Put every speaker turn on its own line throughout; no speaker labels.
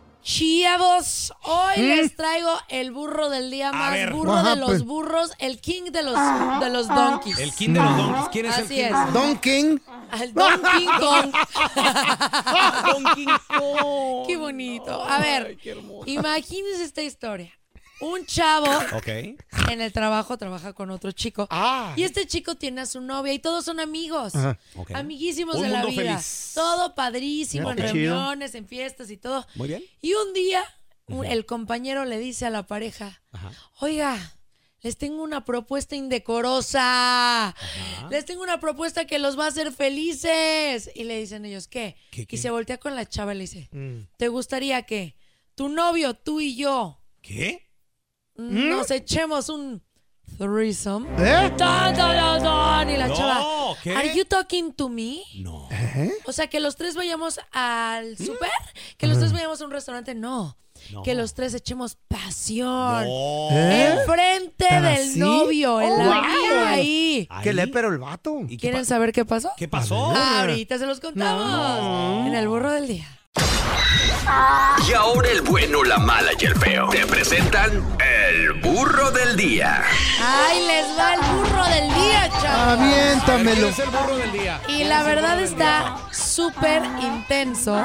Mm. Chiavos, hoy les traigo el burro del día más
ver.
burro
Ajá,
de los
pues.
burros, el king de los, de los donkeys.
El king de los donkeys. ¿Quién es
Así
el
es,
king?
Don King.
el Don King Kong.
Don King Kong.
Qué bonito. A ver,
qué hermoso.
imagínense esta historia. Un chavo
Ok.
en el trabajo trabaja con otro chico.
Ah.
Y este chico tiene a su novia y todos son amigos.
Ajá.
Ok.
Amiguísimos
Un
de la
mundo
vida.
feliz.
Todo padrísimo
Mira, qué
en
chido.
reuniones, en fiestas y todo.
Muy bien.
Y un día un- el compañero le dice a la pareja, oiga, les tengo una propuesta indecorosa. Les tengo una propuesta que los va a hacer felices. Y le dicen ellos, ¿qué?
¿Qué, Mm. qué?
Y se voltea con la chava y le dice, ¿te gustaría que tu novio, tú y yo,
¿Qué?
Mm, nos echemos un threesome?
¿Mm? ¿Eh?
Tan, tan, tan, tan. Y la
No,
chava,
¿qué?
¿are you talking to me?
No.
O sea, que los tres vayamos al
¿Mm?
super, que los tres vayamos a un restaurante, no.
No.
Que los tres echemos pasión.
No.
Enfrente
¿Ah,
del
sí?
novio, en la
Oh, wow.
vida ahí.
Ahí.
Que le pero el vato.
¿Y Ah, qué,
¿Quieren
pa-
saber qué pasó?
qué pasó?
Ahorita se los contamos. En el burro del día.
Y ahora el bueno, la mala y el feo. Te presentan el burro del día.
Ay, les va el burro del día, chavos.
Aviéntamelo.
¿Quién es el burro del día?
Y la verdad está súper intenso.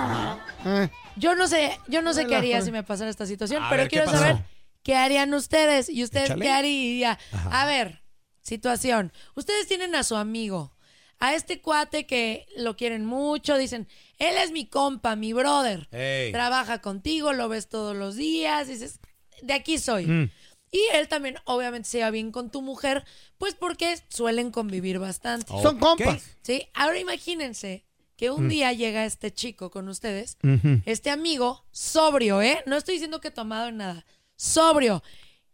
Eh,
Yo no sé, yo no sé qué haría si me pasara esta situación,
A
pero
ver, ¿qué
quiero
pasó?
saber qué harían ustedes y ustedes
Échale.
qué harían. A ver, situación. Ustedes tienen a su amigo, a este cuate que lo quieren mucho, dicen, él es mi compa, mi brother.
Ey.
Trabaja contigo, lo ves todos los días, dices, de aquí soy. Y él también, obviamente, se va bien con tu mujer, pues porque suelen convivir bastante.
Son
Ok.
compas. Mm.
¿Sí? Ahora imagínense que un día llega este chico con ustedes, este amigo, sobrio, ¿eh? No estoy diciendo que tomado en nada, sobrio.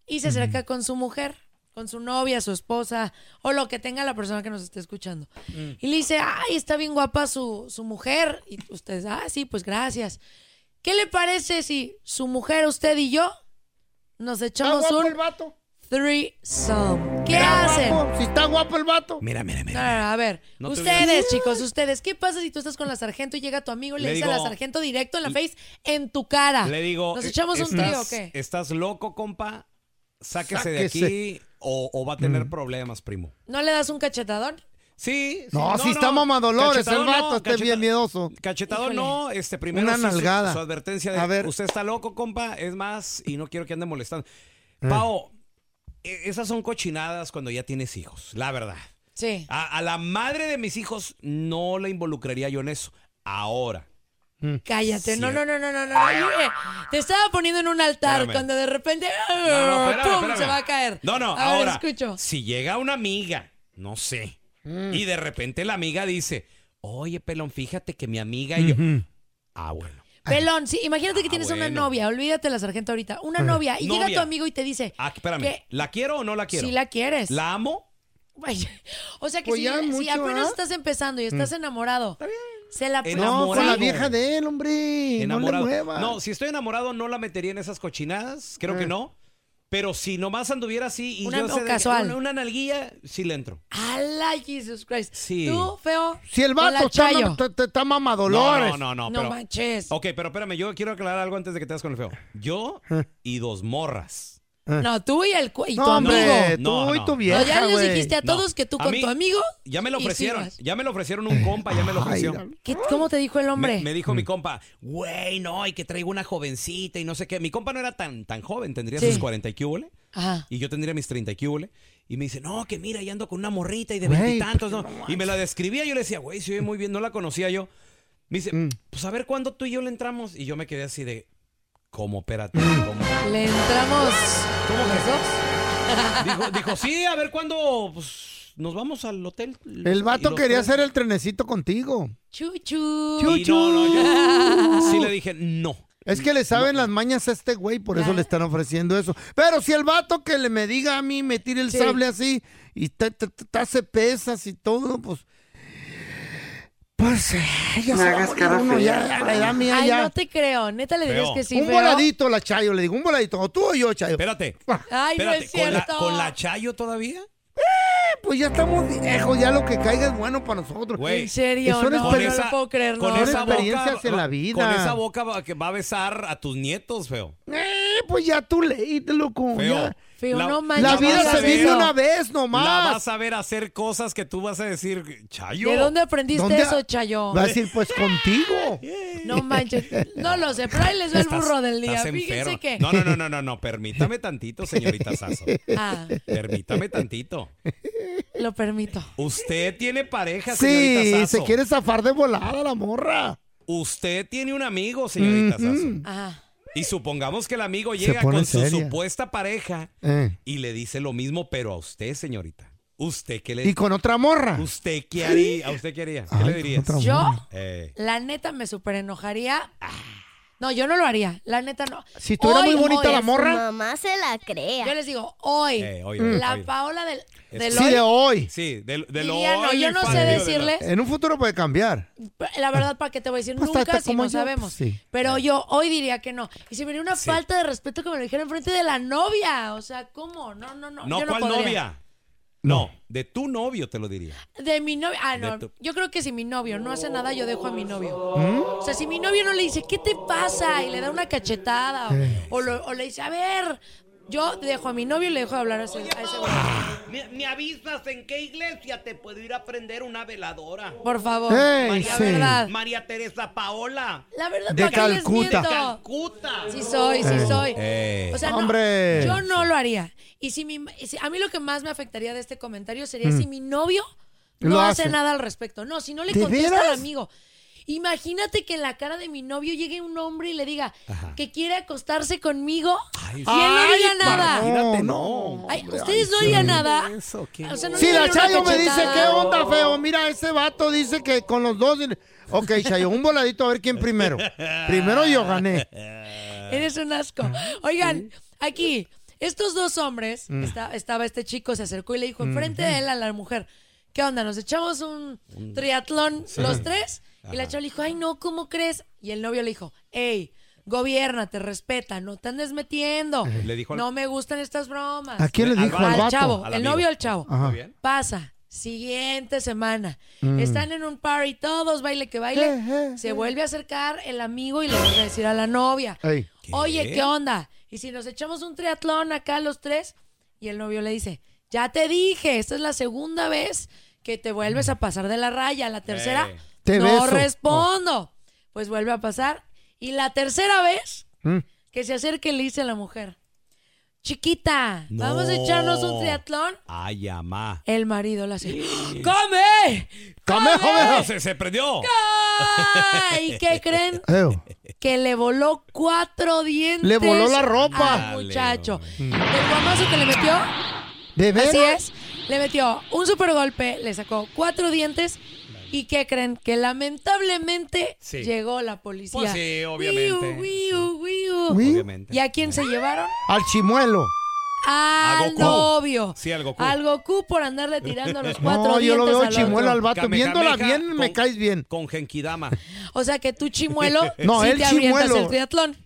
Y se acerca con su mujer, con su novia, su esposa, o lo que tenga la persona que nos esté escuchando. Y le dice, ay, está bien guapa su, su mujer. Y ustedes, ah, sí, pues gracias. ¿Qué le parece si su mujer, usted y yo nos
¿Está
echamos
guapo el
un
vato?
threesome? ¿Qué
¿Está
hacen?
guapo? Si está guapo el vato.
Mira, mira,
No,
mira.
no, no, a ver,
No te
ustedes, chicos, ustedes, ¿qué pasa si tú estás con la sargento y llega tu amigo y le,
Le
dice a la
digo-
sargento directo en la
le-
face en tu cara?
Le digo.
¿Nos
eh,
echamos un
estás-
trío o qué?
¿Estás loco, compa? Sáquese,
Sáquese.
de aquí o, o va a tener problemas, primo.
¿No le das un cachetadón?
Sí. sí,
No, si está mamadolores, el
Cachetadón
vato está
cacheta-
bien miedoso.
Cachetado
Híjole.
no, este primero
Una
sí su-
nalgada.
Su, advertencia de
A ver.
usted está loco, compa, es más y no quiero que ande molestando. Pao, e- esas son cochinadas cuando ya tienes hijos, la verdad.
Sí.
A, a la madre de mis hijos no la involucraría yo en eso. Ahora. Mm,
Ah, Cállate, no,
sí.
no, no, no, no, no. Oye, te estaba poniendo en un altar
Espérame.
cuando de repente
No, no, espérame,
¡pum!
espérame.
se va a caer.
No, no,
a ver,
ahora.
escucho.
Si llega una amiga, no sé,
Mm.
Y de repente la amiga dice, oye, pelón, fíjate que mi amiga y yo... Ah, bueno.
Pelón, sí, imagínate que tienes una
Ah, bueno.
novia, olvídate la sargento ahorita, una novia, y llega
Novia.
tu amigo y te dice
Ah, espérame.
que
¿La quiero o no la quiero?
si la quieres.
¿La amo?
Güey, O sea que
Pues
si,
ya
si
mucho, Mm.
apenas
¿ah?
estás empezando y estás enamorado, se la
No,
Enamorado.
con la vieja de él, hombre.
Enamorado.
No le muevas. Eh.
No, si estoy enamorado no la metería en esas cochinadas, creo que no. Pero si nomás anduviera así y
Una-
yo
o
de-
casual.
Una, una nalguilla, sí le entro.
¡Hala, Jesus Christ!
Sí.
Tú, feo.
Si el
con la
vato está,
chayo.
está, está- está
No,
mamadolores.
no, no, no.
No
pero-
manches.
Ok, pero espérame, yo quiero aclarar algo antes de que te hagas con el feo. Yo y dos morras.
No, tú y, el, cu- y tu
No,
amigo.
hombre, tú
No,
y
no.
tu
No,
No,
vieja,
ya les
güey.
dijiste a
No,
todos que tú
a
con
mí
tu amigo.
Ya me lo
y
ofrecieron.
sigas.
Ya me lo ofrecieron un compa, ya me lo
Ay, Mm.
ofrecieron.
¿Qué- ¿Cómo te dijo el hombre?
Me, me dijo mi compa, güey, no, y que traigo una jovencita y no sé qué. Mi compa no era tan, tan joven, tendría
Sí.
sus 40 y cúbole.
Ajá.
Y yo tendría mis 30 y cúbole. Y me dice, no, que mira, ya ando con una morrita y de
Güey, pues
veintitantos. ¿no? Y me la describía, yo le decía, güey, se ve muy bien, no la conocía yo. Me dice,
Mm.
pues a ver cuándo tú y yo le entramos. Y yo me quedé así de, ¿cómo? Espérate, ¿cómo?
Le entramos.
¿Cómo
los
que?
dos.
Dijo, dijo, sí, a ver cuándo pues, nos vamos al hotel.
El vato quería
hacer
hacer el trenecito contigo.
Chuchu.
Y no, no, yo sí le dije, no.
Es que le saben las mañas a este güey, por eso
Claro.
le están ofreciendo eso. Pero si el vato que le me diga a mí, me tire el
Sí.
sable así y te, te- te- te hace pesas y todo, pues. Pues eh, ya se va a morir uno, ya, ya, la edad mía,
Ay,
ya.
no te creo. Neta le dirías
Feo.
que sí.
un
feo?
voladito, la Chayo, le digo, un voladito. O tú o yo, Chayo.
Espérate.
Ay, no
espérate,
es
¿con, la,
cierto.
¿con la Chayo todavía?
Pues ya estamos viejos, ya lo que caiga es bueno para nosotros.
Güey,
¿En serio?
Eso no es
No, no
pero
lo puedo creer.
con
no.
Son
esa
experiencias
boca,
en la
va-
vida.
Con esa boca va- que va a besar a tus nietos, feo.
Eh, pues ya tú leíste, loco.
Feo.
ya.
Feo,
La-
no manches.
La
Ya
vida
vas a
se
ver.
vive una vez
La vas
nomás.
a ver hacer cosas que tú vas a decir, Chayo.
¿De dónde aprendiste
¿Dónde
eso, Chayo?
Va a decir, pues contigo.
No manches. No lo sé, pero ahí les ve el
Estás-
burro del día.
estás
Fíjense
enferma.
que.
No, no, no, no, no, no, permítame tantito, señorita Sasso.
Ah,
Permítame tantito.
lo permito.
Usted tiene pareja, señorita
Sí,
Sasso.
se quiere zafar de volada la morra.
Usted tiene un amigo, señorita Sasso.
Ajá.
Y supongamos que el amigo llega
pone
con su
seria.
supuesta pareja
Eh.
y le dice lo mismo, pero a usted, señorita. ¿Usted qué le
Y con otra morra.
¿Usted qué haría? ¿A usted qué haría? ¿Qué
Ay,
le dirías?
otra
Yo,
morra.
Eh,
la neta, me super enojaría. No, yo no lo haría. La neta, no.
Si tú eras
Hoy,
muy bonita
hoy,
la morra,
Mamá se la crea.
Yo les digo, hoy,
Eh, hoy, hoy,
la
hoy.
Paola del, del
sí
hoy,
de hoy.
sí, de, de lo
diría, no,
hoy,
yo no sé
infantil, de lo-
decirles,
En un futuro puede cambiar.
la verdad, ¿para qué te voy a decir
Pues,
nunca
tata,
si
como
no
yo,
sabemos?
pues, sí.
Pero yo hoy diría que no. Y se me haría una falta de respeto que me lo dijeran frente de la novia. O sea, ¿cómo? No, no, no.
No,
yo no
¿cuál
podría.
novia? No, de tu novio te lo diría.
De mi novio. Ah, no.
tu-
Yo creo que si mi novio no hace nada, yo dejo a mi novio.
¿Mm?
O sea, si mi novio no le dice, ¿qué te pasa? Y le da una cachetada. o- O, lo- o le dice, a ver. Yo dejo a mi novio y le dejo de hablar a ese, a ese güey.
Me, avisas en qué iglesia te puedo ir a prender una veladora.
Por favor.
Ey,
la
sí.
verdad.
María Teresa Paola.
La verdad,
De
¿para qué les
Calcuta.
miento?
Calcuta.
Sí soy, sí soy.
Eh.
O sea, no,
Hombre.
yo no lo haría. Y si, mi, si- a mí lo que más me afectaría de este comentario sería si mi novio no
Mm. Lo
hace
hace.
nada al respecto. No, si no le
¿De
contesta al
veras?
amigo. Imagínate que en la cara de mi novio llegue un hombre y le diga que quiere acostarse conmigo y él no diría nada.
Imagínate,
no,
no.
Ay, Ustedes no harían nada.
Eso, qué
O sea, no
Si
le
la
dieron una
Chayo me dice,
cachetada.
¿qué onda, feo? Mira, ese vato dice que con los dos. Ok, Chayo, un voladito a ver quién primero. Primero yo gané.
Eres un asco. Oigan, aquí, estos dos hombres, esta- estaba este chico, se acercó y le dijo enfrente de él a la mujer, ¿qué onda? ¿Nos echamos un triatlón los tres? Y la chava le dijo, ay no, ¿cómo crees? Y el novio le dijo, hey, gobiernate, respeta, no te andes metiendo.
Le dijo al-
No me gustan estas bromas.
¿A quién le
Al
dijo
vato.
al
Al
vato?
chavo,
Al
el
amigo.
novio del chavo.
Ajá.
bien.
Pasa. Siguiente semana. Están en un party todos, baile que baile.
Eh, eh,
se vuelve a acercar el amigo y le vuelve a decir a la novia.
Ey.
Oye, ¿qué onda? Y si nos echamos un triatlón acá los tres, y el novio le dice, ya te dije, esta es la segunda vez que te vuelves a pasar de la raya. La tercera,
Eh.
Te
no
beso. Oh.
respondo. Pues vuelve a pasar. Y la tercera vez
Mm.
que se acerca y le dice a la mujer, chiquita,
No.
vamos a echarnos un triatlón.
Ay, amá.
El marido la hace, ¡come!
¡Come, joven!
Se, se prendió.
¿Y qué creen?
Eo.
que le voló cuatro dientes.
Le voló la ropa.
al muchacho. El guamazo que le metió,
¿De
así
veras?
es, Le metió un super golpe, le sacó cuatro dientes. ¿Y qué creen? Que lamentablemente
Sí.
llegó la policía.
Pues sí, obviamente.
Wiu, wiu, wiu.
Wiu.
Obviamente.
¿Y a quién se llevaron?
Al chimuelo.
A
Al
Goku.
novio.
Sí, al Goku.
Al Goku por andarle tirando los cuatro
No, yo
dientes
lo veo
al otro.
chimuelo al vato.
Kamehameha
Viéndola bien, me
con-
caes bien.
Con Genkidama.
O sea que tú, chimuelo,
No,
sí
él
te avientas
chimuelo.
el triatlón.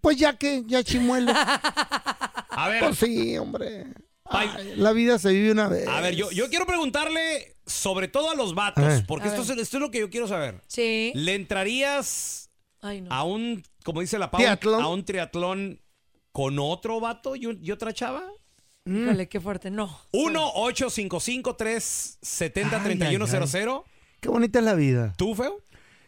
Pues ya que, ya chimuelo.
A ver,
Pues sí, hombre.
Ay.
Ay, la vida se vive una vez.
a ver, yo, yo quiero preguntarle sobre todo a los vatos,
Ah.
porque esto es, esto es lo que yo quiero saber.
Sí.
¿Le entrarías
Ay,
Ah.
no.
a un, como dice la Pau,
Triatlón.
a un triatlón con otro vato y, un- y otra chava?
Híjole, qué fuerte. No.
Uh.
1-855-370-3100.
Qué bonita es la vida.
¿Tú, feo?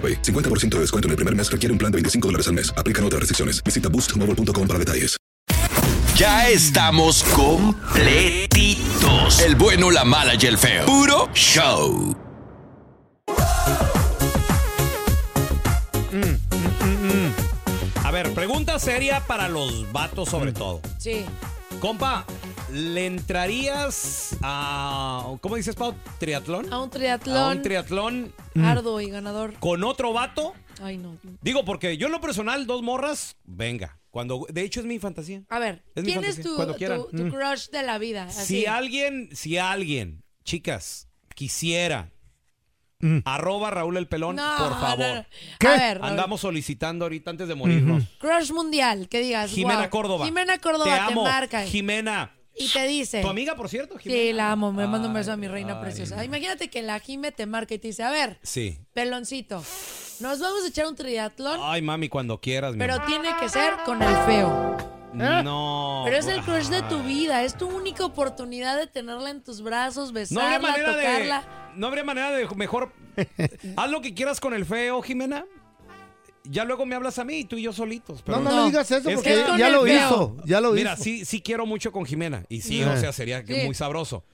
50% de descuento en el primer mes requiere un plan de 25 dólares al mes. Aplican otras restricciones. Visita boostmobile.com para detalles.
Ya estamos completitos. El bueno, la mala y el feo. Puro show.
A ver, pregunta seria para los vatos sobre todo.
Sí.
Compa, ¿le entrarías a... ¿Cómo dices, Pau? ¿Triatlón?
A un
A
triatlón
un triatlón
arduo y ganador.
con otro vato.
Ay, no.
Digo, porque yo en lo personal, dos morras, venga. Cuando, de hecho, es mi fantasía.
A ver,
Es mi
¿quién es
fantasía.
tu,
Cuando quieran. Mm.
tu, tu crush de la vida? Así.
Si alguien, si alguien, chicas, quisiera, arroba Raúl el Pelón,
No,
por favor.
no, no.
¿Qué?
A ver, Raúl,
Andamos solicitando ahorita antes de morirnos.
Crush mundial, que digas.
Jimena
wow.
Córdoba.
Jimena Córdoba te,
te, amo.
marca.
Jimena.
y te dice.
Tu amiga, por cierto, Jimena.
Sí, la amo. Me mando un beso a
Ay,
mi reina
ay,
preciosa.
no.
Imagínate que la Jime te marca y te dice, a ver,
Sí.
peloncito, nos vamos a echar un triatlón,
Ay, mami, cuando quieras, mi
pero tiene que ser con el feo.
amor. No.
Pero es el crush de tu vida, es tu única oportunidad de tenerla en tus brazos,
No habría
besarla,
manera
tocarla.
de. No habría manera de mejor. Haz lo que quieras con el feo, Jimena. Ya luego me hablas a mí y tú y yo solitos. pero-
No, no,
No.
le digas eso
Es
porque
que es
con
ya
el
lo
feo.
hizo. Ya lo
Mira,
hizo.
sí, sí quiero mucho con Jimena. Y sí,
Ajá.
o sea, sería que
Sí.
muy sabroso.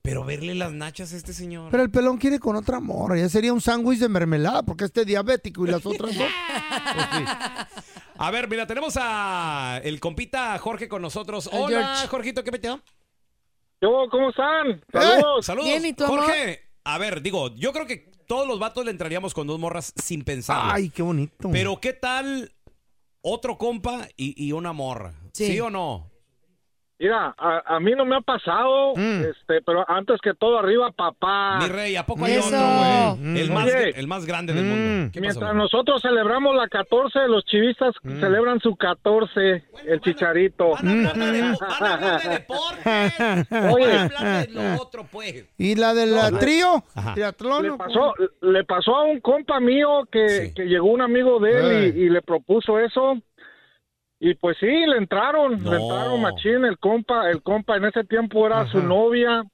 Pero verle las nachas a este señor.
Pero el pelón quiere con otra morra. Ya sería un sándwich de mermelada porque este es diabético y las otras dos.
A ver, mira, tenemos a el compita Jorge con nosotros.
Al
Hola,
George.
Jorgito, ¿qué metió?
Yo, ¿cómo están?
Saludos.
Saludos.
Bien, ¿y tú, amor?
Jorge, a ver, digo, yo creo que todos los vatos le entraríamos con dos morras sin pensar.
Ay, qué bonito.
Pero ¿qué tal otro compa y, y una morra?
Sí.
Sí. o no?
Mira, a, a mí no me ha pasado, este, pero antes que todo, arriba, papá.
Mi rey, ¿a poco hay
Eso.
otro, güey?
Mm.
El, más,
Oye.
el más grande del mundo. ¿Qué pasó,
Mientras
güey?
nosotros celebramos la 14, los chivistas celebran su 14, el chicharito.
Van a hablar de, depo- van a hablar de deportes. Van a hablar de lo otro, pues.
¿Y la del la trío?
Ajá.
¿Triatlón?
Le
o
pasó, le pasó a un compa mío que,
Sí.
que llegó un amigo de él y,
Ey.
y le propuso eso. Y pues sí, le entraron,
No.
le entraron machín, el compa, el compa en ese tiempo era su novia,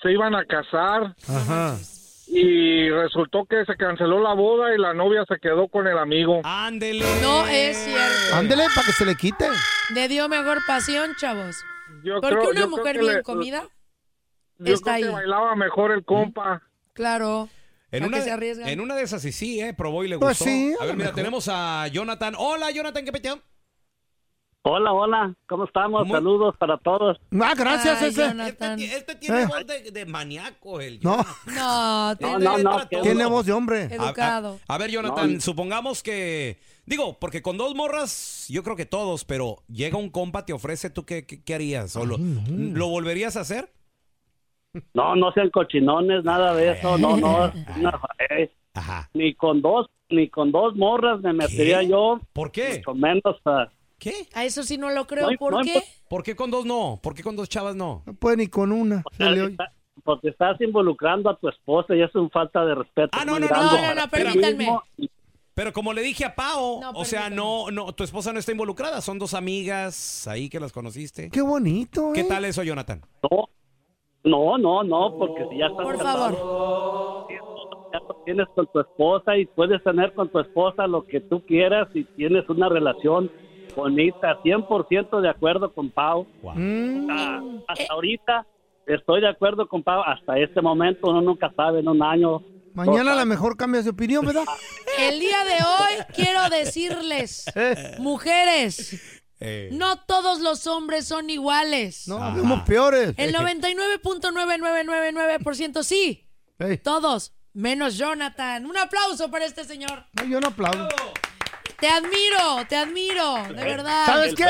se iban a casar
Ajá.
y resultó que se canceló la boda y la novia se quedó con el amigo.
Ándele.
No es cierto.
Ándele para que se le quite.
Le dio mejor pasión, chavos.
Yo
Porque
creo-
una
yo creo
mujer
que
bien
le-
comida
Yo
está
creo que
ahí.
bailaba mejor el compa.
Claro.
En
¿A
una,
que
de-
se arriesgan?
en una de esas sí, sí, eh, probó y le
Pues
gustó.
sí, a
a ver,
lo
mira,
mejor.
tenemos a Jonathan. Hola, Jonathan, ¿qué peteo?
Hola, hola, ¿cómo estamos? Saludos para todos.
Ah,
Ay, Jonathan. Este, este tiene
Eh.
voz de, de maníaco, el
No.
No,
No, no, no, que-
Tiene voz de hombre.
A- a- A, ver, Jonathan, supongamos que. Digo, porque con dos morras, yo creo que todos, pero llega un compa, te ofrece, ¿tú qué, qué- qué harías? ¿O lo, lo volverías a hacer?
No, no sean cochinones, nada de eso, no, no. no, eh. Ni con dos, ni con dos morras me metería yo.
¿Por qué?
Mucho menos. ah.
¿Qué?
A eso sí no lo creo.
No,
¿Por
no,
qué?
pues,
¿Por qué con dos no? ¿Por qué con dos chavas no?
No puede ni con una. Se le oye.
Está- Porque estás involucrando a tu esposa y es un falta de respeto. Ah, no,
permítanme. Pero como le dije a Pao, o sea, no, no, tu esposa no está involucrada, son dos amigas ahí que las conociste.
Qué bonito.
¿Qué tal eso, Jonathan?
No, no, no, no, porque si ya estás
Por
casado,
favor.
ya lo tienes con tu esposa y puedes tener con tu esposa lo que tú quieras y tienes una relación bonita, 100% de acuerdo con Pau. Ah, hasta ahorita estoy de acuerdo con Pau, hasta este momento uno nunca sabe, en un año.
Mañana a lo mejor cambias de opinión, ¿verdad?
El día de hoy quiero decirles, mujeres, no todos los hombres son iguales.
No, somos peores.
El 99.9999% sí.
Ey.
Todos, menos Jonathan. Un aplauso para este señor.
No, yo no aplaudo.
Te admiro, te admiro, de verdad.
¿Sabes qué?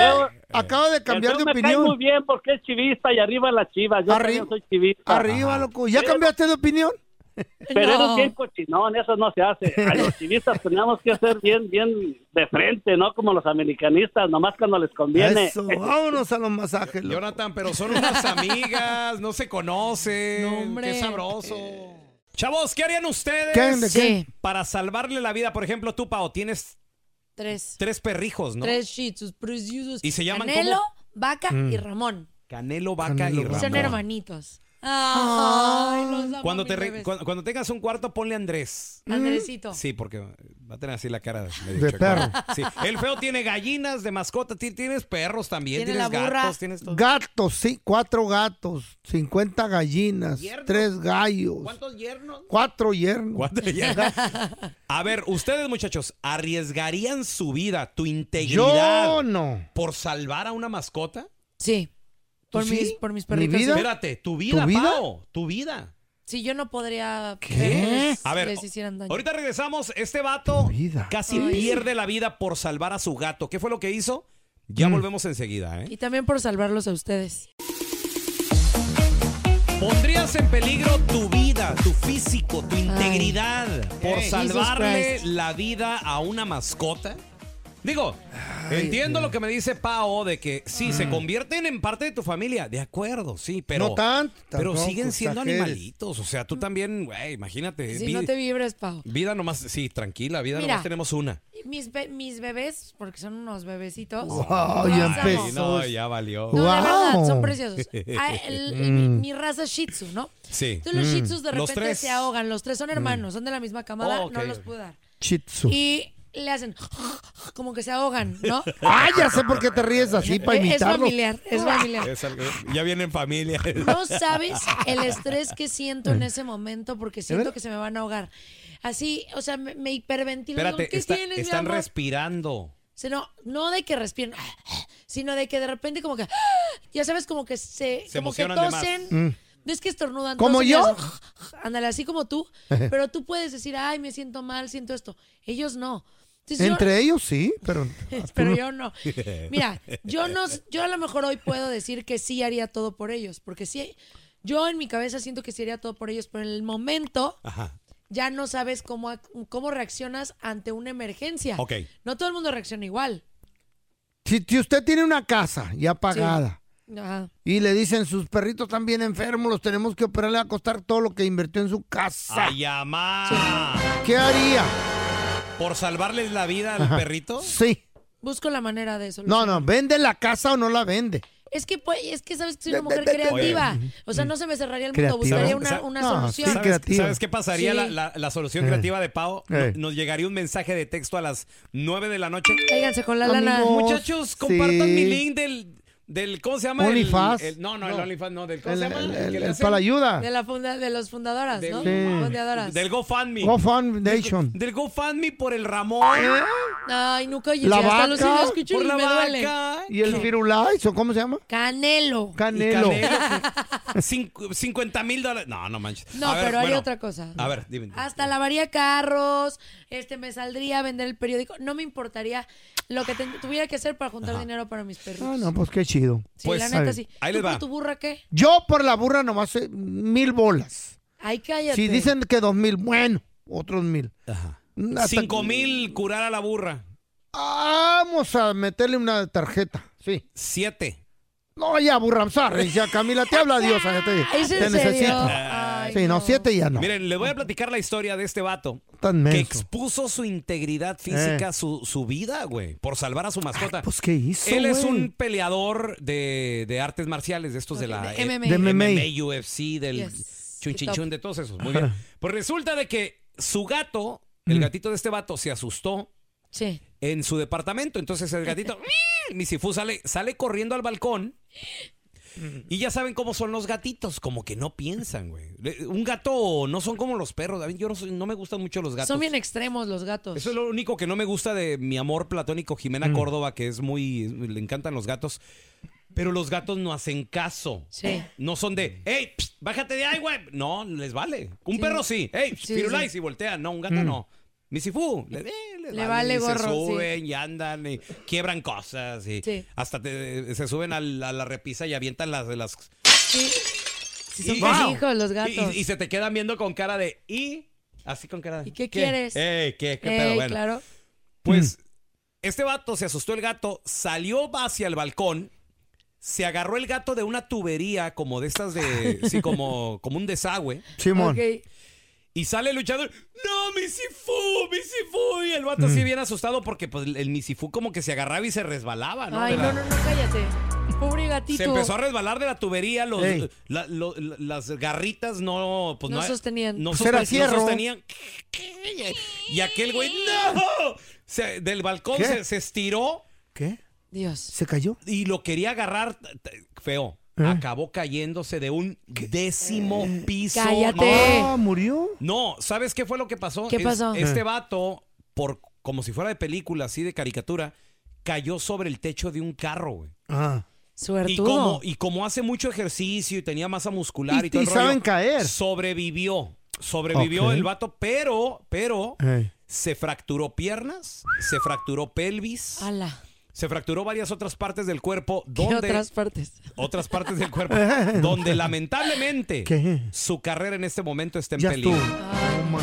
Acaba de cambiar
El
de
feo me cae
opinión.
muy bien porque es chivista y arriba la chiva. Yo también soy chivista.
Arriba, loco. ¿Ya cambiaste de opinión?
Pero
No.
eres bien cochinón, eso no se hace. A los chivistas tenemos que ser bien, bien de frente, ¿no? Como los americanistas, nomás cuando les conviene.
Eso, vámonos a los masajes. loco.
Jonathan, pero son unas amigas, no se conocen. Qué sabroso. Chavos, ¿qué harían ustedes
¿Qué? ¿De qué?
para salvarle la vida? Por ejemplo, tú, Pao, tienes
Tres.
tres perrijos, ¿no?
Tres shih tzus, preciosos.
¿Y se llaman
Canelo,
cómo?
Vaca
Mm.
y Ramón.
Canelo, Vaca y Ramón.
Son hermanitos.
Ay,
Ay, los amo,
Cuando,
mis
te re-
bebés.
cuando, cuando tengas un cuarto, ponle Andrés.
Andresito.
Sí, porque va a tener así la cara medio
De
chueca.
perro.
Sí. El feo tiene gallinas de mascota, ti- tienes perros también,
Tiene
tienes
la burra.
gatos, tienes todo.
Gatos, sí, cuatro gatos, 50 gallinas, tres gallos.
¿Cuántos yernos?
Cuatro yernos.
Cuatro yernos. A ver, ustedes muchachos, ¿arriesgarían su vida, tu integridad
Yo no.
por salvar a una mascota?
Sí.
¿Tú
Por mis- por mis perritos, sí.
Espérate, tu vida,
¿Tu vida?
Pao, tu vida.
Sí, yo no podría
¿Qué?
¿Qué?
A ver,
les hicieran daño.
Ahorita regresamos. Este vato casi
Ay.
pierde la vida por salvar a su gato. ¿Qué fue lo que hizo? Ya
Mm.
volvemos enseguida, ¿eh?
Y también por salvarlos a ustedes.
Pondrías en peligro tu vida, tu físico, tu integridad por
Hey.
salvarle
Eh, Jesus Christ.
la vida a una mascota. Digo, entiendo lo que me dice Pao de que sí,
Mm.
se convierten en parte de tu familia. De acuerdo, sí, pero.
No tanto,
Pero
tampoco
siguen siendo
exageres.
animalitos. O sea, tú también, güey, imagínate.
Si
vi-
no te vibres, Pau.
Vida nomás, sí, tranquila, vida
Mira.
nomás tenemos una.
Mis, be- mis bebés, porque son unos bebecitos.
Wow,
los
ya
amo.
empezó.
Sí, no, ya valió.
No, de verdad, son
Wow.
preciosos. Ah, el-
Mm.
mi, mi raza es Shih Tzu, ¿no?
Sí. Mm.
Entonces los
Mm.
Shih Tzus de
Los
repente
tres.
se ahogan. Los tres son hermanos, son de la misma camada,
Oh, ok,
no los
ok.
pude dar.
Shih Tzu.
Y le hacen como que se ahogan, ¿no? Eh,
Ah, ya sé por qué te ríes así, para
Es- es
imitarlo.
familiar, es familiar.
Es algo- ya viene en familia.
No sabes el estrés que siento en ese momento porque siento
verdad?
que se me van a ahogar. Así, o sea, me, me hiperventilo. Digo,
Espérate,
¿Qué
está-
tienes, mi
están
amor?
respirando.
O sea, no, no de que respiren, sino de que de repente como que, ya sabes, como que se,
Se
como que
emocionan de más.
tosen.
Mm.
¿Ves que estornudan?
¿Como
tosen y
yo?
hacen, Ándale, así como tú. Pero tú puedes decir, ay, me siento mal, siento esto. Ellos no. Entonces, yo-
Entre ellos sí, pero.
Pero yo no. Mira, yo no, yo a lo mejor hoy puedo decir que sí haría todo por ellos, porque sí, yo en mi cabeza siento que sí haría todo por ellos, pero en el momento
Ajá.
ya no sabes cómo, ac- cómo reaccionas ante una emergencia.
Ok.
No todo el mundo reacciona igual.
Si, si usted tiene una casa ya pagada
Ajá.
y le dicen sus perritos están bien enfermos, los tenemos que operar, le va a costar todo lo que invirtió en su casa.
¡Ay, amá!
¿Qué haría?
¿Por salvarles la vida al perrito?
Sí.
busco la manera de eso.
No, no, ¿vende la casa o no la vende?
Es que, pues, es que sabes que soy una
De-
mujer
de- de-
creativa.
Oye.
O sea, no se me cerraría el mundo.
Creativa.
Buscaría una,
¿Sabes-
una
no,
solución.
sí,
¿Sabes,
creativa.
sabes qué pasaría
Sí.
la, la- la solución
Eh.
creativa de Pau? No-
Eh.
Nos llegaría un mensaje de texto a las 9 de la noche.
Cáiganse con la lana.
Amigos, Muchachos, compartan
Oh, sí.
mi link del, del ¿cómo se llama? El-
OnlyFans.
el- no, no, el
No.
OnlyFans, no, del ¿cómo
El-
se llama?
el-
que
el-
le
el
hacen-
para la ayuda.
De, la funda, de los fundadoras, ¿no?
Sí.
Fundadoras.
Del GoFundMe.
GoFundMation.
Del GoFundMe por el Ramón.
Eh,
Ay, nunca oye. La
La
hasta
vaca.
los hijos escucho
Por
y
la
me duele.
vaca.
¿Y el Firulais o cómo se llama?
Canelo.
Canelo.
Cincu- 50 mil dólares. No, no manches.
No,
A ver,
pero hay
bueno,
otra cosa.
A ver, dime.
Hasta lavaría carros, este, me saldría a vender el periódico. No me importaría lo que ten- tuviera que hacer para juntar dinero para mis perros.
Ah, no, pues qué chido.
Sí, la neta sí.
Ahí
¿Tú
les
por
va.
tu burra qué?
Yo por la burra nomás eh, mil bolas.
Ay, cállate.
Si dicen que dos mil, bueno, otros mil. Hasta-
Cinco mil curar a la burra.
Vamos a meterle una tarjeta, sí.
Siete.
No, ya burra, sorry, ya Camila, te habla Dios, ya te,
¿Es en serio?
te necesito.
Ay,
sí, no. siete ya no.
Miren, les voy a platicar la historia de este vato
Tan
que
menso. Eh.
expuso su integridad física, su, su vida, güey, por salvar a su mascota.
Pues qué hizo,
Él es
güey?
un peleador de, de artes marciales, de estos de la
De
eh,
MMA. De MMA.
UFC, del
Yes.
chun
Y
chin
top.
chun, de todos esos. Muy bien. Pues resulta de que su gato, el
Mm.
gatito de este vato, se asustó
Sí.
en su departamento. Entonces el gatito, Misifú, sale, sale corriendo al balcón.
Mm.
Y ya saben cómo son los gatitos, como que no piensan, güey. Le- Un gato no son como los perros, David. Yo no, soy- no me gustan mucho los gatos.
Son bien extremos los gatos.
Eso es lo único que no me gusta de mi amor platónico Jimena Córdoba, que es muy. le encantan los gatos. Pero los gatos no hacen caso.
Sí.
No son de, hey, pst, bájate de ahí, güey. No, les vale. Un perro sí. Hey,
Sí,
pirulais
sí.
y voltea. No, un gato
Mm.
no. Misifú, le, eh, le
Le vale
vale, y
gorro,
Se
sí.
suben y andan y quiebran cosas y
Sí.
hasta te- se suben al- a, la repisa y avientan las. las
Sí. Sí, son
Y-
pendejos los
y-
gatos.
Y, y se te quedan viendo con cara de, ¿y? Así con cara de.
¿Y qué quieres?
Ey, ¿qué, Eh, qué
Ey,
pedo? Bueno,
Eh, claro.
Pues este vato se asustó el gato, salió hacia el balcón, se agarró el gato de una tubería como de estas de. sí, como, como un desagüe.
Simón.
Y sale el luchador. ¡No, Misifú! ¡Misifú! Y el vato
Mm.
así bien asustado porque pues, el Misifú como que se agarraba y se resbalaba, Ah, ¿no?
Ay,
De
no,
la-
no, no, cállate. Pobre gatito.
Se empezó a resbalar de la tubería, los,
Ey.
la- lo- la- las garritas no... Pues,
No sostenían.
No,
Pues era
soste- no
fierro.
sostenían. Y aquel güey, ¡no! Se- del balcón
¿Qué?
se, se estiró
¿Qué?
Dios.
¿Se cayó?
y lo quería agarrar t- t- feo.
¿Eh?
Acabó cayéndose de un décimo piso.
Cállate.
Eh.
Ah, murió.
No, ¿sabes qué fue lo que pasó?
¿Qué
Es-
pasó?
Este
Eh.
vato, por, como si fuera de película, así de caricatura, cayó sobre el techo de un carro, güey.
Ah.
Y
Suertudo.
como, y como hace mucho ejercicio y tenía masa muscular y,
Y-
todo el
y saben
rollo,
caer.
Sobrevivió. Sobrevivió
Ok. Eh.
el vato, pero, pero
Ey.
se fracturó piernas, se fracturó pelvis,
Ala.
se fracturó varias otras partes del cuerpo
¿Qué
donde
otras partes?
otras partes del cuerpo
Eh.
donde lamentablemente
¿Qué?
su carrera en este momento está en
Ya
peligro.
estuvo. Oh, my God.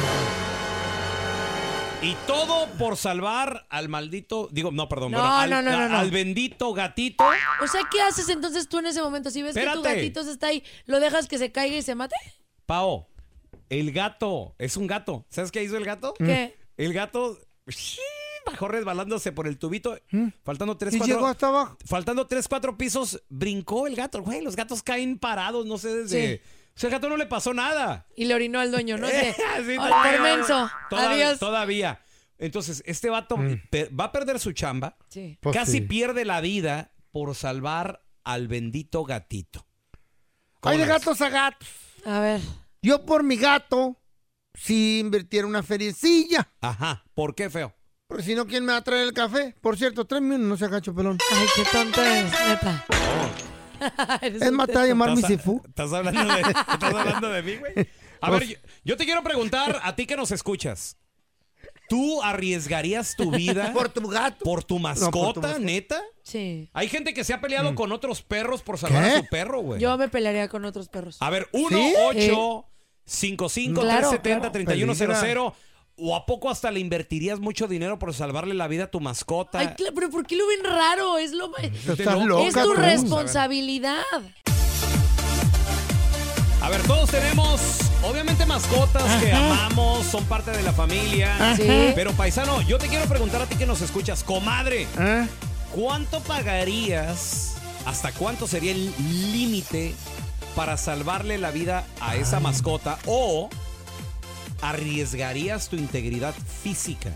Y todo por salvar al maldito, digo, no, perdón,
No,
bueno, al,
no, no, no, no.
al bendito gatito.
O sea, ¿qué haces entonces tú en ese momento? Si ves que tu
Espérate.
gatito se está ahí, ¿lo dejas que se caiga y se mate?
Pao, el gato, es un gato. ¿Sabes qué hizo el gato?
¿Qué?
El gato shii, bajó resbalándose por el tubito, faltando tres,
¿Mm? Y
cuatro,
llegó hasta abajo.
faltando tres, cuatro pisos, brincó el gato. Güey, los gatos caen parados, no sé desde...
Sí.
O sea, el gato no le pasó nada.
Y le orinó al dueño, ¿no? sé.
Sí,
Al
todavía-
Cormenso.
todav-
Adiós.
Todavía. Entonces, este vato pe- va a perder su chamba.
Sí.
Mm. Pues
casi
sí.
pierde la vida por salvar al bendito gatito. ¿Cómo
Hay de
la ves?
gatos a gatos.
A ver.
Yo por mi gato, si invirtiera una feriecilla.
Ajá. ¿Por qué feo?
Porque si no, ¿quién me va a traer el café? Por cierto, tres minutos no se agacho, pelón.
Ay, qué tonto eres, neta. Eres
Es
un
más, te va a
teto.
llamar mi
Estás a-
sifú.
¿Estás hablando de, estás hablando de mí, güey? A
Pues
ver, yo, yo te quiero preguntar a ti que nos escuchas. ¿Tú arriesgarías tu vida
Por tu gato.
por tu mascota,
mascota. Mm.
neta?
Sí.
Hay gente que se ha peleado con otros perros por salvar a
¿Qué?
su perro, güey.
Yo me pelearía con otros perros.
Ah,
A ver, 1
¿Sí?
8 55
Claro,
370
Peligra.
3100 ¿O a poco hasta le invertirías mucho dinero por salvarle la vida a tu mascota?
Ay, cla- pero ¿por qué lo ven raro? Es lo ma-
Estás
loco.
loca,
Es tu
tú.
responsabilidad.
A ver, todos tenemos, obviamente, mascotas que
Ajá.
amamos, son parte de la familia.
Ajá. Sí.
Pero, paisano, yo te quiero preguntar a ti que nos escuchas, comadre.
Ah.
¿Eh?
¿Cuánto pagarías, hasta cuánto sería el límite para salvarle la vida a esa mascota? ¿O arriesgarías tu integridad física?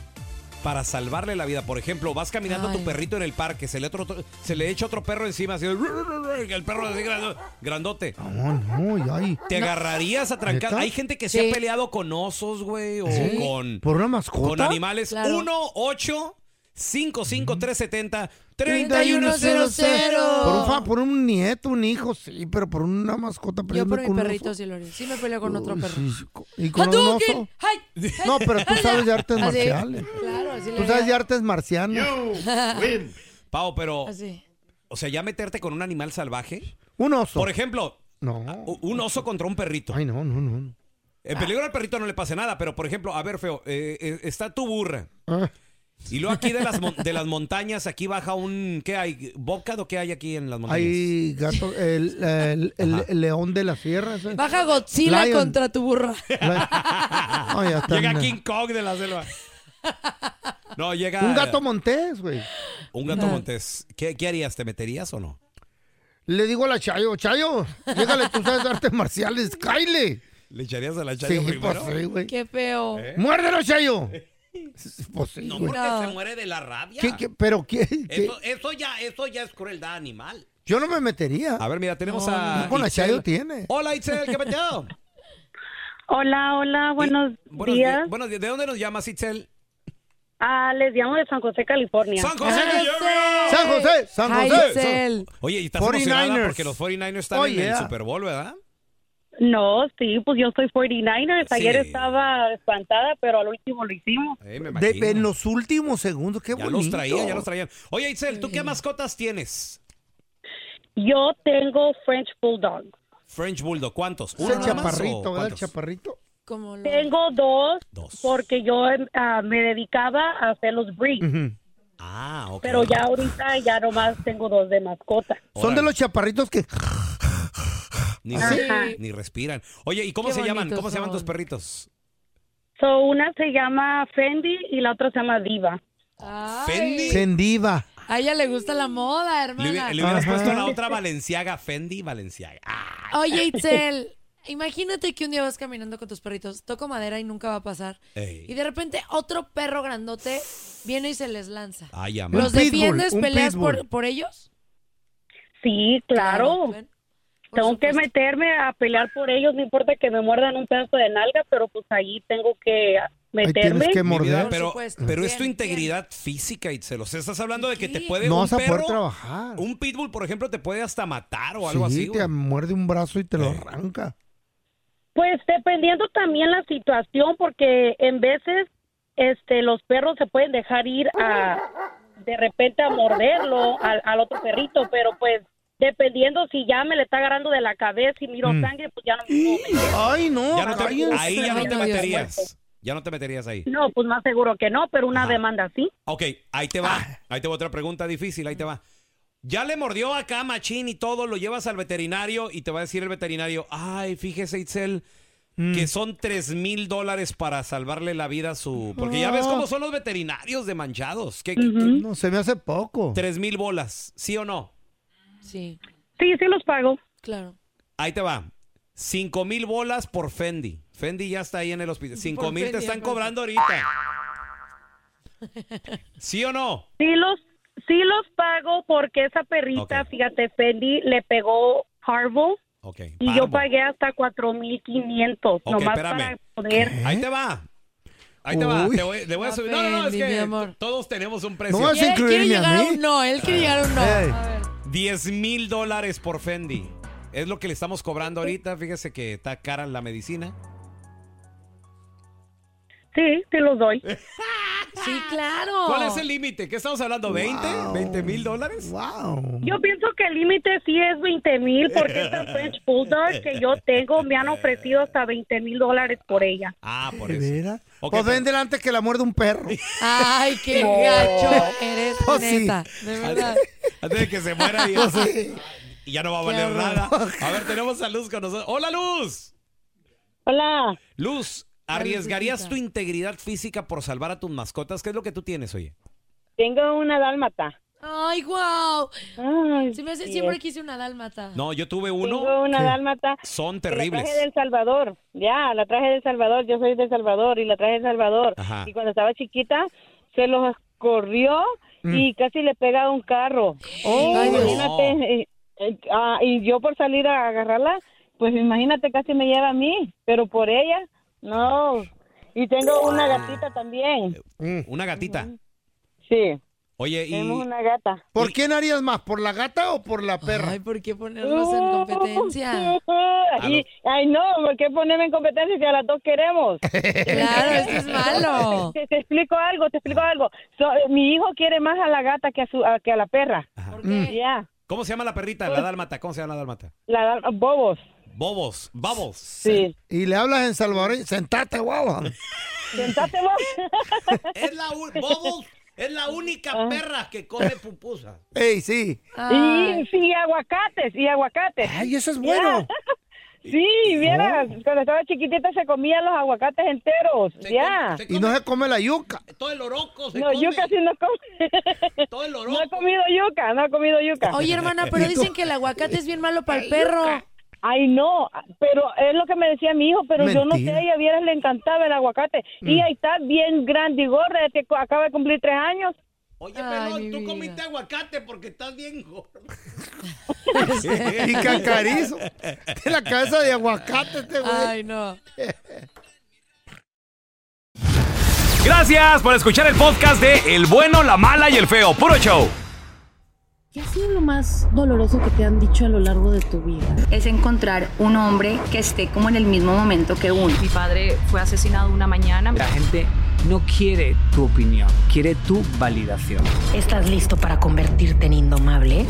Para salvarle la vida. Por ejemplo, vas caminando a tu perrito en el parque, se le, otro- se le echa otro perro encima, así, el perro así grando- grandote.
No, no, y ahí.
¿Te
No.
agarrarías a trancar?
¿Neta?
Hay gente que se
Sí.
ha peleado con osos, güey, o
¿Sí?
con,
¿Por una mascota?
con animales.
Claro.
1 8 55 370
Por un,
3100
fa- por un nieto, un hijo, sí, pero por una mascota.
Yo por
pelearme
mi
con un
perrito sí lo haría. Sí me peleo con otro
Uy,
perro.
sí, ¿Y con un
¡Hadouken!
oso?
¡Ay!
No, pero tú sabes de artes
Así.
marciales.
Claro, así le
Tú sabes de artes marcianas.
Pau, pero,
Así.
o sea, ya meterte con un animal salvaje.
Un oso.
Por ejemplo, ah,
No.
u- un oso contra un perrito.
Ay, no, no, no. no.
En peligro al perrito no le pasa nada, pero por ejemplo, a ver, feo, eh, eh, está tu burra.
Ah.
Y luego aquí de las, mon- de las montañas, aquí baja un. ¿Qué hay? ¿Bobcat o qué hay aquí en las montañas?
Hay gato, el, el- el- el león de la sierra. ese.
Baja Godzilla
Lion.
contra tu burra.
Ay, hasta
Llega
na-
King Kong de la selva. No, llega.
Un gato Ah. montés, güey.
Un gato montés. ¿Qué, qué harías? ¿Te meterías o no?
Le digo a la Chayo, Chayo, llégale, tú sabes de artes marciales, cáile.
¿Le echarías a la
Sí,
chayo
pues
primero?
sí, güey.
Qué feo.
¡Muérdelo, Chayo! Pues sí,
No,
güey.
porque se muere de la rabia.
¿Qué, qué- pero qué, qué?
Eso, eso ya, eso ya es crueldad animal.
Yo no me metería.
A ver, mira, tenemos No, a no.
Tú Con la
Itzel.
Chayo tiene.
Hola, Itzel, ¿qué peteo?
Hola, hola, buenos
Buenos
días.
días. Buenos días. ¿De dónde nos llamas, Itzel?
Ah, les llamo de San José, California.
¡San José!
San José, San
Ay,
José.
Itzel.
Oye, y estás emocionada
49ers.
porque los 49ers están
Oh,
en el
yeah.
Super Bowl, ¿verdad?
No, sí, pues yo soy 49ers. Ayer
Sí.
estaba espantada, pero al último lo hicimos.
De- en los últimos segundos, qué
Ya
bonito.
los traía, ya los traían. Oye, Itzel, ¿tú qué mascotas tienes?
Yo tengo French Bulldog.
French Bulldog, ¿cuántos?
Ese
nomás
chaparrito,
o
¿verdad? El
cuántos?
chaparrito.
Tengo dos, porque yo em, ah, me dedicaba a hacer los breeds.
Ah, ok.
Pero ya ahorita ya nomás tengo dos de mascota.
Son de los chaparritos que.
Ni,
Ajá.
res- ni respiran. Oye, ¿y cómo
Qué
se llaman?
bonitos
¿Cómo se llaman
son.
tus perritos?
So, una se llama Fendi y la otra se llama Diva.
Fendi.
Sendiva.
A ella le gusta la moda,
Le,
hermana.
hubi- le hubieras puesto a la otra Valenciaga, Fendi Valenciaga. Ah,
Oye, Itzel, imagínate que un día vas caminando con tus perritos, toco madera y nunca va a pasar.
ey.
Y de repente otro perro grandote viene y se les lanza.
Ah,
Ay, ama.
¿Los defiendes, peleas por, por ellos?
Sí, claro. Tengo que meterme a pelear por ellos, no importa que me muerdan un pedazo de nalga, pero pues ahí tengo que meterme.
que
Mi vida,
morder.
pero
Por supuesto.
pero
Bien,
es tu integridad física, Itzel. O sea, estás hablando de que te puede
No
un
vas a poder
perro,
trabajar.
Un pitbull, por ejemplo, te puede hasta matar o algo
sí,
así.
te
güey. Eh.
muerde un brazo y te lo arranca.
Pues dependiendo también la situación, porque en veces este, los perros se pueden dejar ir a de repente a morderlo al, al otro perrito, pero pues dependiendo si ya me le está agarrando de la cabeza y miro
Mm.
sangre, pues ya no me puedo meter.
Ay, no,
Ya no te-
cállense.
ahí ya no
Ay,
te
no, Dios
meterías. Ya no te meterías ahí.
No, pues más seguro que no, pero una demanda sí.
Ok, ahí te va. Ahí te va otra pregunta difícil, ahí te va. Ya le mordió acá Machín y todo, lo llevas al veterinario y te va a decir el veterinario, ay, fíjese Itzel, que son tres mil dólares para salvarle la vida a su... Porque ya ves cómo son los veterinarios de manchados. que
No, se me hace poco.
Tres mil bolas, ¿sí o no?
Sí.
Sí, sí los pago.
Claro.
Ahí te va. Cinco mil bolas por Fendi. Fendi ya está ahí en el hospital. Cinco
Por
mil te
Fendi,
están
aparte.
cobrando ahorita. ¿Sí o no?
Sí los, sí los pago porque esa perrita, fíjate, Fendi le pegó Harville
Ok.
y yo pagué hasta 4.500
Ok,
nomás
espérame.
para poder...
Ahí te va. Ahí te va.
¿Eh? Uy.
Te voy, le voy a
Ah,
subir. No, no, no, es
Fendi,
que
mi amor.
todos tenemos un precio.
No vas a
Quiere- quiere
incluirme
llegar
a
a
mí.
un no, él quiere llegar a un no.
Ey.
A ver.
10 mil dólares por Fendi. Es lo que le estamos cobrando ahorita. Fíjese que está cara la medicina.
Sí, sí los doy.
Sí, claro.
¿Cuál es el límite? ¿Qué estamos hablando? ¿20? ¿20 mil dólares?
¡Wow!
Yo pienso que el límite sí es 20 mil porque esta French Bulldog que yo tengo me han ofrecido hasta 20 mil dólares por ella.
Ah, por
¿De
eso.
veras?
Ok,
pues
pero-
ven delante que la muerde un perro.
Ay, qué
No.
gacho eres,
Pues sí.
neta. De verdad.
Antes de que se muera. ya.
Pues sí.
y ya no va a valer
Qué
nada.
horror.
A ver, tenemos a Luz con nosotros. ¡Hola, Luz!
Hola.
Luz, ¿arriesgarías
Luzita.
tu integridad física por salvar a tus mascotas? ¿Qué es lo que tú tienes, oye?
Tengo una dálmata.
Ay, wow. Se me hace,
sí
siempre
es.
quise una dálmata.
No, yo tuve uno.
Ah. Tengo una
que
dálmata.
Son
que La
terribles.
traje del Salvador. Ya, la traje del Salvador. Yo soy del Salvador y la traje del Salvador.
Ajá.
Y cuando estaba chiquita, se los corrió y casi le pega a un carro.
Oh. Ay, Dios.
imagínate. eh, eh, ah, y yo por salir a agarrarla, pues imagínate, casi me lleva a mí. Pero por ella, no. Y tengo una gatita también.
Una gatita.
Sí.
Oye, y
Tenemos una gata.
¿Por quién harías más? ¿Por la gata o por la perra? Ay,
¿por qué
ponerlos
en
competencia?
Y- ay, no, ¿por qué ponerme en competencia si a las dos queremos?
claro, eso es malo.
Te, te explico algo, te explico algo. So, eh, mi hijo quiere más a la gata que a, su, a- que a la perra. Mm. Ya,
¿Cómo se llama la perrita? La dálmata. ¿Cómo se llama la dálmata?
la da- bobos.
Bobos. Babos.
Sí.
Y le hablas en salvadoreño. Sentate, guau.
Sentate,
Es la, u- Bobos es la
Ah.
única perra que come pupusa.
Ey, sí.
Y sí, aguacates, y aguacates.
Ay, Oh. eso es
bueno. Sí, vieras, cuando estaba chiquitita se comía los aguacates enteros, ya.
Y no se come la yuca.
Todo el oroco
No, yuca sí no come.
Todo el
No he comido yuca, no he comido yuca.
Oye, hermana, pero dicen que el aguacate es bien malo para el perro.
Ay, no, pero es lo que me decía mi hijo, pero yo no
Mentira.
sé, ella vieras, le encantaba el aguacate. Y ahí está, bien grande y gorda, que co- acaba de cumplir tres años.
Oye,
Ay,
pelón,
mi
tú
vida.
comiste aguacate porque estás bien gordo.
y cacarizo. Tiene la cabeza de aguacate este güey.
Ay, no.
Gracias por escuchar el podcast de El bueno, la mala y el feo. Puro show.
¿Qué ha sido lo más doloroso que te han dicho a lo largo de tu vida?
es encontrar un hombre que esté como en el mismo momento que uno. Mi padre fue asesinado una mañana.
La gente no quiere tu opinión, quiere tu validación.
¿Estás listo para convertirte en indomable?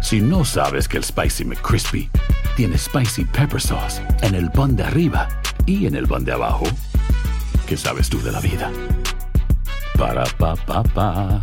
Si no sabes que el Spicy McCrispy tiene spicy pepper sauce en el pan de arriba y en el pan de abajo, ¿qué sabes tú de la vida? Para pa pa pa.